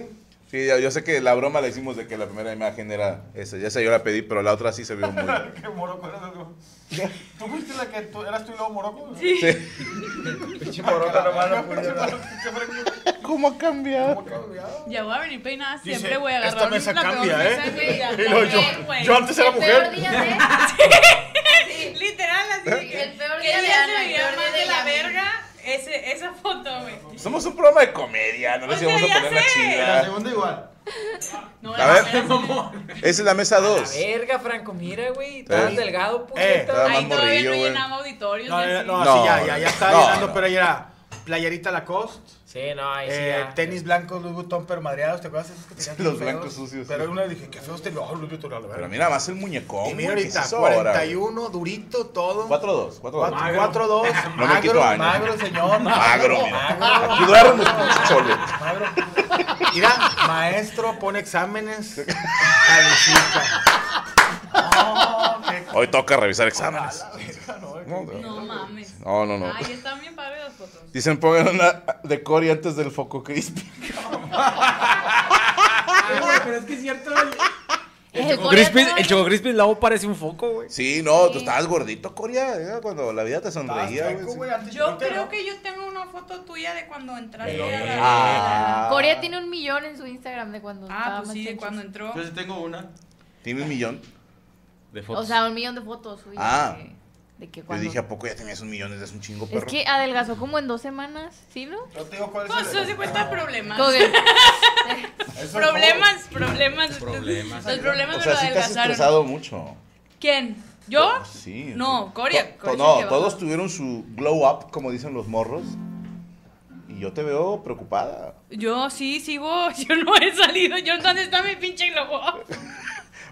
[SPEAKER 3] Sí, ya- yo sé que la broma la hicimos de que la primera imagen era esa. Ya sé, yo la pedí, pero la otra sí se vio muy.
[SPEAKER 10] Qué moroco eres, loco. ¿Tú fuiste la que tú, eras tú y luego moroco?
[SPEAKER 3] *laughs* Sí.
[SPEAKER 10] Pinche moroco, hermano. Pinche
[SPEAKER 3] ¿Cómo ha cambiado?
[SPEAKER 10] moroco.
[SPEAKER 4] Ya voy a venir peinada,
[SPEAKER 10] Dice,
[SPEAKER 4] siempre voy a
[SPEAKER 10] "Esta
[SPEAKER 4] agarrar un-
[SPEAKER 10] mesa
[SPEAKER 4] la peor
[SPEAKER 10] cambia,
[SPEAKER 4] mesa
[SPEAKER 10] ¿eh?"
[SPEAKER 4] de mi
[SPEAKER 10] *laughs*
[SPEAKER 4] vida.
[SPEAKER 10] Y luego yo,
[SPEAKER 4] También, güey.
[SPEAKER 10] yo antes era
[SPEAKER 8] El peor
[SPEAKER 10] mujer.
[SPEAKER 8] día de...
[SPEAKER 4] Literal, así de que.
[SPEAKER 8] El peor
[SPEAKER 4] ¿Qué
[SPEAKER 8] día de
[SPEAKER 4] día
[SPEAKER 8] Ana,
[SPEAKER 4] se
[SPEAKER 8] el
[SPEAKER 4] veía
[SPEAKER 8] peor
[SPEAKER 4] más
[SPEAKER 8] día
[SPEAKER 4] de
[SPEAKER 8] de
[SPEAKER 4] la
[SPEAKER 8] Ana.
[SPEAKER 4] verga? Ese, esa foto, güey.
[SPEAKER 3] Somos un programa de comedia, no
[SPEAKER 4] O
[SPEAKER 3] les
[SPEAKER 4] sea,
[SPEAKER 3] íbamos a
[SPEAKER 4] ya
[SPEAKER 3] poner la
[SPEAKER 4] sé.
[SPEAKER 5] La
[SPEAKER 3] chida.
[SPEAKER 5] segunda igual.
[SPEAKER 4] No,
[SPEAKER 3] A
[SPEAKER 4] la
[SPEAKER 3] ver.
[SPEAKER 4] primera sí.
[SPEAKER 3] Esa es la mesa 2.
[SPEAKER 6] Verga, Franco, mira, güey. Estabas
[SPEAKER 3] Eh. Ah.
[SPEAKER 6] delgado,
[SPEAKER 10] Eh,
[SPEAKER 6] puñeta.
[SPEAKER 3] estaba
[SPEAKER 4] Ahí
[SPEAKER 3] más
[SPEAKER 4] todavía
[SPEAKER 3] morrillo,
[SPEAKER 4] no
[SPEAKER 3] güey.
[SPEAKER 4] llenaba auditorios.
[SPEAKER 10] No,
[SPEAKER 4] y
[SPEAKER 10] era-
[SPEAKER 4] así.
[SPEAKER 10] no,
[SPEAKER 3] No,
[SPEAKER 10] sí, ya,
[SPEAKER 3] no,
[SPEAKER 10] ya, ya estaba
[SPEAKER 3] no,
[SPEAKER 10] llenando,
[SPEAKER 3] no.
[SPEAKER 10] pero ahí era playerita Lacoste,
[SPEAKER 6] Sí, no, ahí sí.
[SPEAKER 10] eh,
[SPEAKER 6] ya.
[SPEAKER 10] tenis blancos Louis Vuitton, pero madreados, ¿te acuerdas esos que tenían
[SPEAKER 3] *laughs* Los
[SPEAKER 10] bien
[SPEAKER 3] blancos sucios, sí.
[SPEAKER 10] Pero una dije, qué feos tenían, oh, Louis Vuitton, a la
[SPEAKER 3] Pero
[SPEAKER 10] verga.
[SPEAKER 3] mira, más el
[SPEAKER 10] Y
[SPEAKER 3] muñecón.
[SPEAKER 10] mira
[SPEAKER 3] güey, ¿qué es
[SPEAKER 10] ahorita,
[SPEAKER 3] eso ahora, güey?
[SPEAKER 10] 41, durito, todo.
[SPEAKER 3] 4-2, 4-2.
[SPEAKER 10] 4-2,
[SPEAKER 3] No me quito
[SPEAKER 10] magro,
[SPEAKER 3] años.
[SPEAKER 10] magro, señor.
[SPEAKER 3] *laughs* Magro, mira.
[SPEAKER 10] Magro.
[SPEAKER 3] Aquí duermen los pinches cholos.
[SPEAKER 10] Magro. Mira, maestro pone exámenes.
[SPEAKER 3] *laughs*
[SPEAKER 10] Califica. No, qué
[SPEAKER 3] Hoy toca revisar exámenes.
[SPEAKER 10] caro.
[SPEAKER 3] No, no,
[SPEAKER 4] No mames.
[SPEAKER 3] no. no, no.
[SPEAKER 4] Ay, están bien padres las fotos.
[SPEAKER 3] Dicen pongan una de Cory antes del foco crispy.
[SPEAKER 13] Ah, güey, Pero es que es cierto. el-
[SPEAKER 8] El
[SPEAKER 6] Choco Crispis, el Choco Crispis luego parece un foco, güey.
[SPEAKER 3] Sí, no, tú estabas gordito, Coria, era cuando la vida te sonreía, güey. sí.
[SPEAKER 4] Yo creo que yo tengo una foto tuya de cuando entraste a la.
[SPEAKER 3] Ah,
[SPEAKER 8] Corea tiene un millón en su Instagram de cuando
[SPEAKER 4] Ah,
[SPEAKER 8] estaba
[SPEAKER 4] pues
[SPEAKER 8] más
[SPEAKER 4] sí, de
[SPEAKER 8] chancho.
[SPEAKER 4] cuando entró.
[SPEAKER 5] Yo sí tengo una.
[SPEAKER 3] Tiene un millón.
[SPEAKER 13] De fotos.
[SPEAKER 8] O sea, un millón de fotos suyas.
[SPEAKER 3] Ah.
[SPEAKER 8] De, de que
[SPEAKER 3] Yo
[SPEAKER 8] cuando...
[SPEAKER 3] dije, ¿a poco ya tenías un millón? Es un chingo,
[SPEAKER 8] Es
[SPEAKER 3] perro.
[SPEAKER 8] que adelgazó como en dos semanas, ¿sí, no?
[SPEAKER 10] Yo te digo cuál es
[SPEAKER 4] Pues
[SPEAKER 10] el-
[SPEAKER 4] eso se cuenta problemas.
[SPEAKER 8] Como que-
[SPEAKER 10] Eso no.
[SPEAKER 4] Problemas, problemas.
[SPEAKER 13] Problemas.
[SPEAKER 4] Los problemas
[SPEAKER 3] o
[SPEAKER 4] me
[SPEAKER 3] sea,
[SPEAKER 4] lo
[SPEAKER 3] sí te has
[SPEAKER 4] adelgazaron.
[SPEAKER 3] estresado mucho.
[SPEAKER 4] ¿Quién? ¿Yo?
[SPEAKER 3] Sí.
[SPEAKER 4] No,
[SPEAKER 3] sí.
[SPEAKER 4] Coria.
[SPEAKER 3] To-
[SPEAKER 4] Coria
[SPEAKER 3] no,
[SPEAKER 4] es el que
[SPEAKER 3] todos
[SPEAKER 4] bajó.
[SPEAKER 3] tuvieron su glow up, como dicen los morros. Y yo te veo preocupada.
[SPEAKER 4] Yo sí sigo, *laughs* yo no he salido. Yo, ¿dónde está mi pinche globo?
[SPEAKER 3] Pues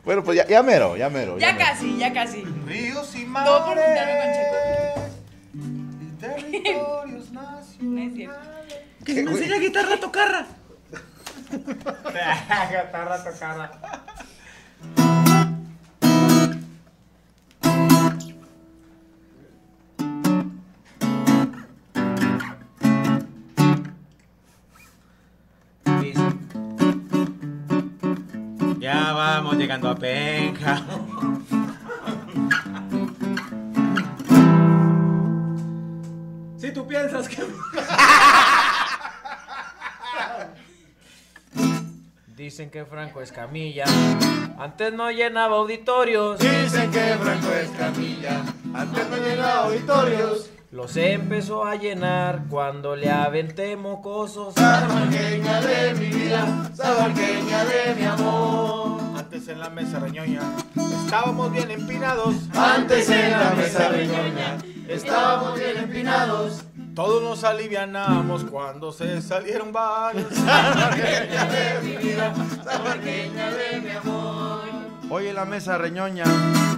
[SPEAKER 3] Bueno, pues ya, ya mero, ya mero.
[SPEAKER 4] Ya
[SPEAKER 3] mero.
[SPEAKER 4] casi, ya casi.
[SPEAKER 10] Ríos y
[SPEAKER 4] *laughs* No, por juntarme con
[SPEAKER 10] mares. Y territorios
[SPEAKER 4] es
[SPEAKER 10] nacionales.
[SPEAKER 4] cierto.
[SPEAKER 3] ¿Qué, güey?
[SPEAKER 13] guitarra a tocarra.
[SPEAKER 10] Catarra tocada. Ya vamos llegando a Penja.
[SPEAKER 13] Si tú piensas que.
[SPEAKER 6] Dicen que Franco es camilla. Antes no llenaba auditorios.
[SPEAKER 10] Dicen que Franco es camilla. Antes no llenaba auditorios.
[SPEAKER 6] Los empezó a llenar cuando le aventé mocosos.
[SPEAKER 10] Sabarqueña de mi vida, sabarqueña de mi amor. Antes en la mesa reñoña estábamos bien empinados. Antes en la mesa reñoña estábamos bien empinados. Todos nos alivianamos cuando se salieron varios. Sabarqueña de mi vida, sabarqueña de mi amor.
[SPEAKER 11] Hoy en la mesa reñoña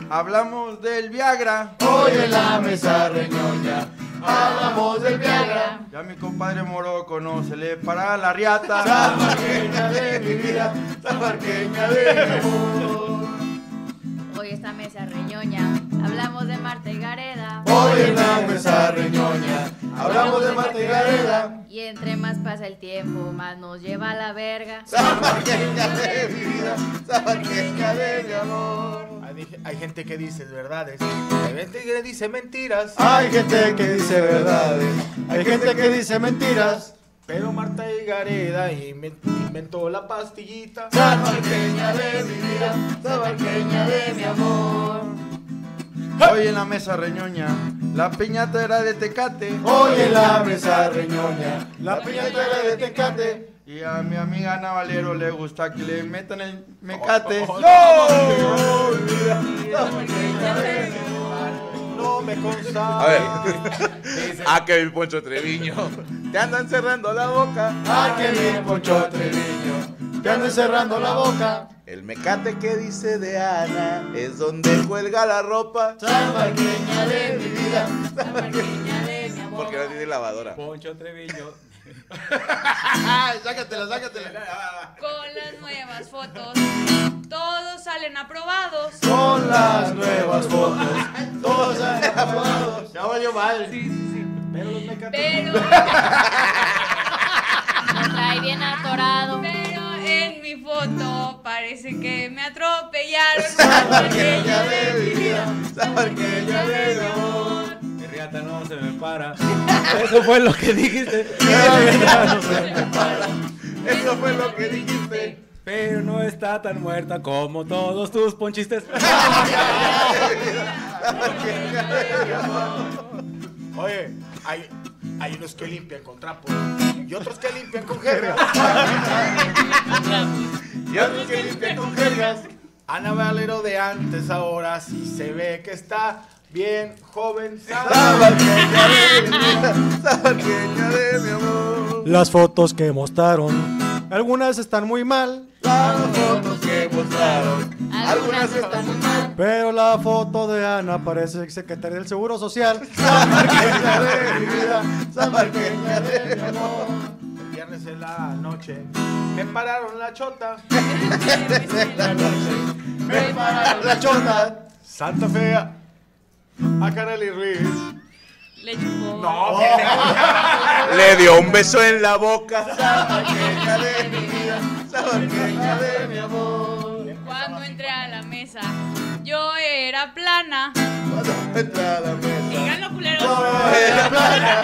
[SPEAKER 11] hablamos del Viagra.
[SPEAKER 10] Hoy en la mesa reñoña hablamos del Viagra.
[SPEAKER 11] Ya mi compadre Moroco no se le para la riata.
[SPEAKER 10] Sabarqueña de mi vida, sabarqueña de mi amor.
[SPEAKER 8] Hoy esta mesa reñoña. Hablamos de Marta y Gareda.
[SPEAKER 10] Hoy en la mesa reñoña hablamos de Marta y Gareda.
[SPEAKER 8] Y entre más pasa el tiempo, más nos lleva a la verga.
[SPEAKER 10] Sabarqueña de mi vida, sabarqueña de mi amor. Hay, hay gente que dice verdades, hay gente que dice mentiras.
[SPEAKER 9] Hay gente que dice verdades, hay gente que dice mentiras.
[SPEAKER 10] Pero Marta y Gareda inven- inventó la pastillita. Sabarqueña de mi vida, sabarqueña de mi amor.
[SPEAKER 11] Hoy en la mesa reñoña la piñata era de Tecate.
[SPEAKER 10] Hoy en la mesa reñoña,
[SPEAKER 11] la
[SPEAKER 10] piñata era de Tecate.
[SPEAKER 11] Y a mi amiga Ana Valero le gusta que le metan el mecate.
[SPEAKER 10] Oh, oh,
[SPEAKER 11] ¡No!
[SPEAKER 10] No me consta.
[SPEAKER 3] A ver. *laughs* ah, que bien Poncho Treviño. Te andan cerrando la boca.
[SPEAKER 10] Ah, que bien
[SPEAKER 3] Poncho Treviño.
[SPEAKER 10] Te andan cerrando la boca.
[SPEAKER 3] El mecate que dice de Ana es donde cuelga la ropa.
[SPEAKER 10] Sabarqueña de mi vida, sabarqueña de mi amor.
[SPEAKER 3] Porque no tiene lavadora.
[SPEAKER 13] Poncho Treviño.
[SPEAKER 10] sácatela, sácatela.
[SPEAKER 4] Con las nuevas fotos, todos salen aprobados.
[SPEAKER 10] Con las nuevas fotos, todos *laughs* salen aprobados. Ya valió mal. Sí, sí, sí. Pero los mecates.
[SPEAKER 4] Pero.
[SPEAKER 8] Trae bien atorado.
[SPEAKER 4] *laughs* Pero en mi foto parece que
[SPEAKER 3] *laughs*
[SPEAKER 4] me atropellaron.
[SPEAKER 10] Sabarqueña de mi vida, sabarqueña de mi amor.
[SPEAKER 13] Mi riata no se me para.
[SPEAKER 6] Eso fue lo que dijiste.
[SPEAKER 10] Eso fue lo que dijiste.
[SPEAKER 13] Pero no está tan muerta como todos tus ponchistes.
[SPEAKER 10] Oye, hay, hay unos que limpian con trapos y otros que limpian con *laughs* jergas. y otros que limpian con jergas. Ana Valero de antes ahora sí se ve que está bien joven.
[SPEAKER 3] Sabarqueña de mi amor.
[SPEAKER 9] Las fotos que mostraron, algunas están muy mal,
[SPEAKER 10] Las fotos que mostraron, algunas están muy mal.
[SPEAKER 9] pero la foto de Ana parece secretaria del Seguro Social.
[SPEAKER 10] Sabarqueña de mi vida, sabarqueña de mi amor. El viernes en la noche me pararon la *laughs* chota. me pararon la chota. Santa Fe a, a Kareli Ruiz.
[SPEAKER 4] Le chupó.
[SPEAKER 10] No,
[SPEAKER 3] Le dio un beso en la boca.
[SPEAKER 10] Sabarqueña de mi vida, sabarqueña de mi amor.
[SPEAKER 4] Cuando entré a la mesa, yo era plana.
[SPEAKER 10] Entra a la mesa.
[SPEAKER 4] Díganlo, culeros.
[SPEAKER 10] No, era plana.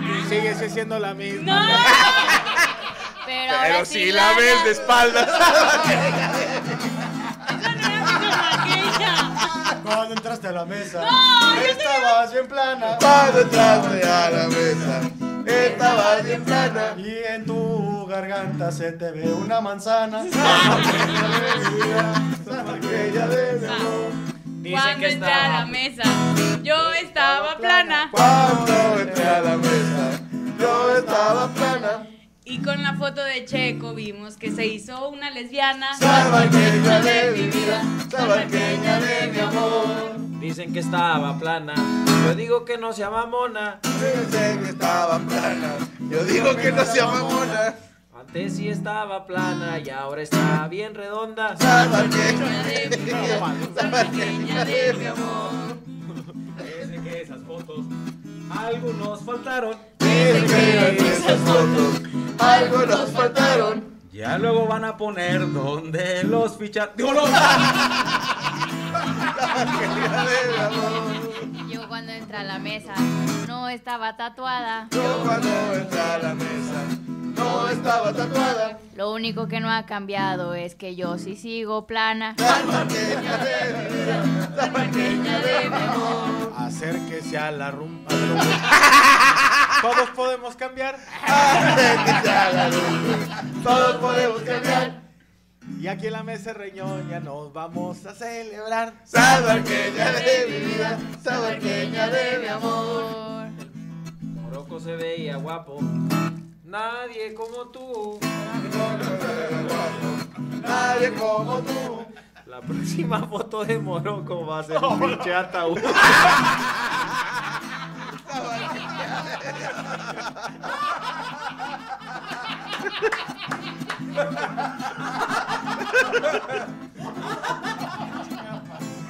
[SPEAKER 10] Y sigue siendo la *laughs* misma.
[SPEAKER 8] Pero,
[SPEAKER 3] Pero
[SPEAKER 8] ahora
[SPEAKER 3] si la ves de espaldas.
[SPEAKER 10] *laughs*
[SPEAKER 9] Cuando entraste a la mesa,
[SPEAKER 10] Estabas bien plana.
[SPEAKER 3] Cuando entraste a la mesa.
[SPEAKER 10] Estabas bien plana.
[SPEAKER 9] y en tu garganta se te ve una manzana.
[SPEAKER 10] Sabarqueña de mi amor.
[SPEAKER 4] Cuando entré a la mesa, yo estaba plana.
[SPEAKER 10] Cuando entré a la mesa, yo estaba plana.
[SPEAKER 4] Y con la foto de Checo vimos que se hizo una lesbiana.
[SPEAKER 10] Sabarqueña de mi vida, sabarqueña de mi amor.
[SPEAKER 6] Dicen que estaba plana. Yo digo que no se llama mona.
[SPEAKER 10] Fíjense que estaba plana. Yo digo que no se llama mona.
[SPEAKER 6] Antes sí estaba plana y ahora está bien redonda.
[SPEAKER 10] Sabarqueña
[SPEAKER 4] de
[SPEAKER 10] de mi vida, *laughs* sabarqueña de mi amor.
[SPEAKER 13] Parece que esas fotos. Algunos faltaron.
[SPEAKER 10] Dicen que en esas fotos algo nos faltaron.
[SPEAKER 13] Ya luego van a poner donde los fichar. ¡Digo, los!
[SPEAKER 8] Yo cuando entra a la mesa no estaba tatuada.
[SPEAKER 11] entra a la mesa. No estaba tatuada.
[SPEAKER 8] Lo único que no ha cambiado es que yo sí sigo
[SPEAKER 10] *laughs*
[SPEAKER 8] plana.
[SPEAKER 10] *laughs* Acérquese a la rumba. *laughs* Todos podemos cambiar. Todos podemos cambiar. Y aquí en la mesa reñoña nos vamos a celebrar.
[SPEAKER 11] Salvaqueña de mi vida,
[SPEAKER 10] salvaqueña de mi
[SPEAKER 8] amor.
[SPEAKER 6] Morocco se veía guapo. Nadie como tú.
[SPEAKER 11] Nadie como tú.
[SPEAKER 6] La próxima foto de Morocco va a ser un pinche ataúd.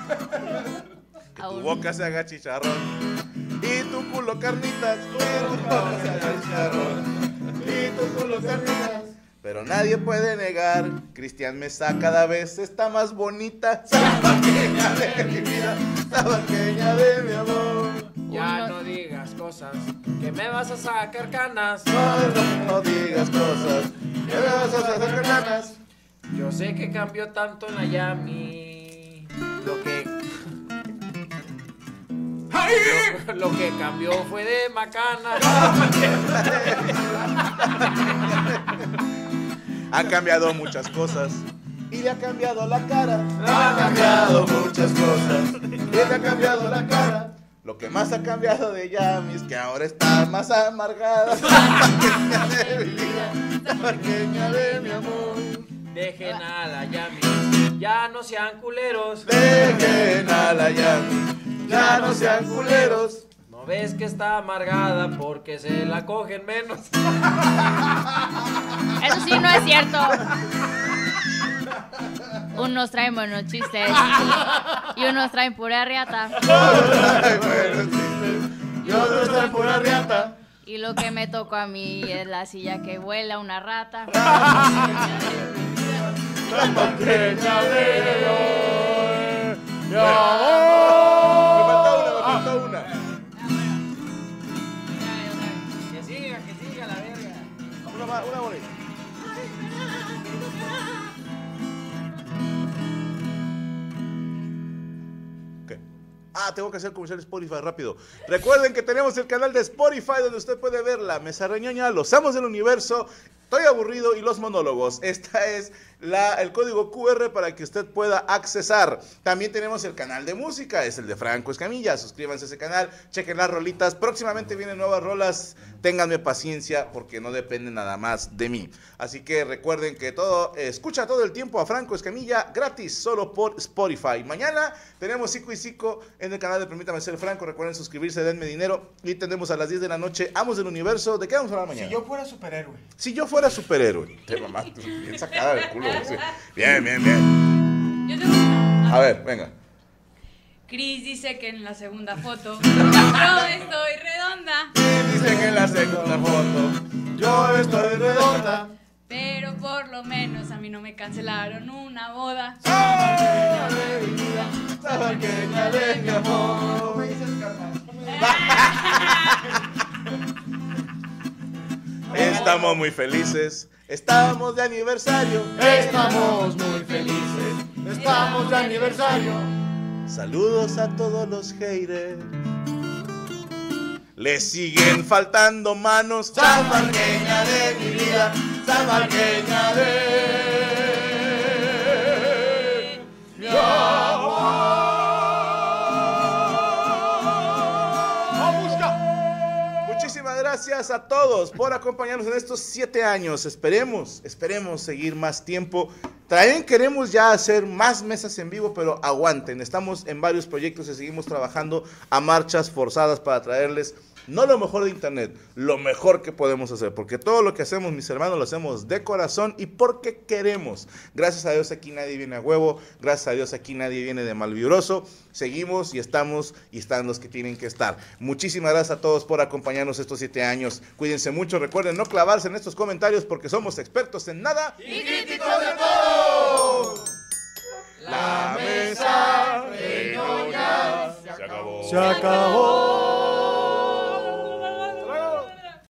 [SPEAKER 3] Que tu boca se haga chicharrón. Y tu culo carnitas. Que tu boca se haga chicharrón. Y tu culo carnitas. Pero nadie puede negar, Cristian Mesa cada vez está más bonita. Salvaqueña de mi vida, salvaqueña de mi amor.
[SPEAKER 6] Ya no digas cosas que me vas a sacar canas.
[SPEAKER 11] No digas cosas que me vas a hacer ganas.
[SPEAKER 6] Yo sé que cambió tanto en Miami. Lo que. *laughs* Lo, lo que cambió fue de macana.
[SPEAKER 3] Ha cambiado muchas cosas.
[SPEAKER 11] Y le ha cambiado la cara. Ha cambiado muchas cosas. Y le ha cambiado la cara.
[SPEAKER 3] Lo que más ha cambiado de Yamis, que ahora está más amargada.
[SPEAKER 11] Salvaqueña de mi amor.
[SPEAKER 6] Dejen a la Yami. Ya no sean culeros.
[SPEAKER 11] Dejen a la Yami. Ya no sean culeros.
[SPEAKER 6] No ves que está amargada porque se la cogen menos.
[SPEAKER 8] Eso sí no es cierto. Unos traen buenos chistes y unos traen pura riata.
[SPEAKER 11] Y otros traen pura riata.
[SPEAKER 8] Y lo que me tocó a mí es la silla que vuela una rata.
[SPEAKER 11] Salvaqueña de mi amor.
[SPEAKER 3] Me faltó una, me faltó
[SPEAKER 6] Que siga, que siga la verga.
[SPEAKER 3] una. Una, más, una bonita. Ah, tengo que hacer comercial de Spotify rápido. Recuerden que tenemos el canal de Spotify donde usted puede ver la mesa reñoña, los amos del universo, estoy aburrido y los monólogos. Esta es la, el código QR para que usted pueda accesar. También tenemos el canal de música, es el de Franco Escamilla. Suscríbanse a ese canal, chequen las rolitas. Próximamente vienen nuevas rolas. Ténganme paciencia porque no depende nada más de mí. Así que recuerden que todo, eh, escucha todo el tiempo a Franco Escamilla gratis solo por Spotify. Mañana tenemos Cico y Cico en el canal de Permítame Ser Franco. Recuerden suscribirse, denme dinero. Y tenemos a las 10 de la noche Amos del Universo. ¿De qué vamos a hablar mañana?
[SPEAKER 10] Si yo fuera superhéroe.
[SPEAKER 3] Si yo fuera superhéroe, te mamaste, bien sacada del culo. güey, sí. Bien, bien, bien.
[SPEAKER 4] Yo tengo una.
[SPEAKER 3] A ver, venga.
[SPEAKER 4] Chris dice que en la segunda foto yo estoy redonda,
[SPEAKER 3] Dice que en la segunda foto
[SPEAKER 11] yo estoy redonda.
[SPEAKER 4] pero por lo menos a mí no me cancelaron una boda.
[SPEAKER 11] Salvaqueña de mi amor. Me dices
[SPEAKER 3] *laughs* Estamos muy felices. Estamos de aniversario.
[SPEAKER 11] Estamos muy felices. Estamos de aniversario.
[SPEAKER 3] Saludos a todos los haters. Les siguen faltando manos.
[SPEAKER 11] Salvaqueña de mi vida. Salvaqueña de mi
[SPEAKER 3] Muchísimas gracias a todos por acompañarnos en estos siete años. Esperemos, esperemos seguir más tiempo. También queremos ya hacer más mesas en vivo, pero aguanten. Estamos en varios proyectos y seguimos trabajando a marchas forzadas para traerles No lo mejor de internet, lo mejor que podemos hacer, porque todo lo que hacemos, mis hermanos, lo hacemos de corazón y porque queremos. Gracias a Dios aquí nadie viene a huevo, gracias a Dios aquí nadie viene de malvibroso. Seguimos y estamos y están los que tienen que estar. Muchísimas gracias a todos por acompañarnos estos siete años. Cuídense mucho, recuerden no clavarse en estos comentarios porque somos expertos en nada.
[SPEAKER 11] Y críticos de todo.
[SPEAKER 3] La
[SPEAKER 11] mesa reñoña se acabó.
[SPEAKER 14] Se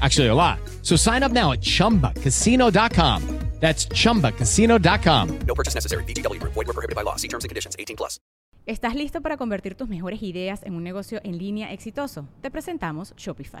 [SPEAKER 14] Actually, a lot. So sign up now at chumbacasino.com. That's chumbacasino.com.
[SPEAKER 15] No purchase necessary. VGW Group. Void were prohibited by law. See terms and conditions. 18 plus.
[SPEAKER 2] ¿Estás listo para convertir tus mejores ideas en un negocio en línea exitoso? Te presentamos Shopify.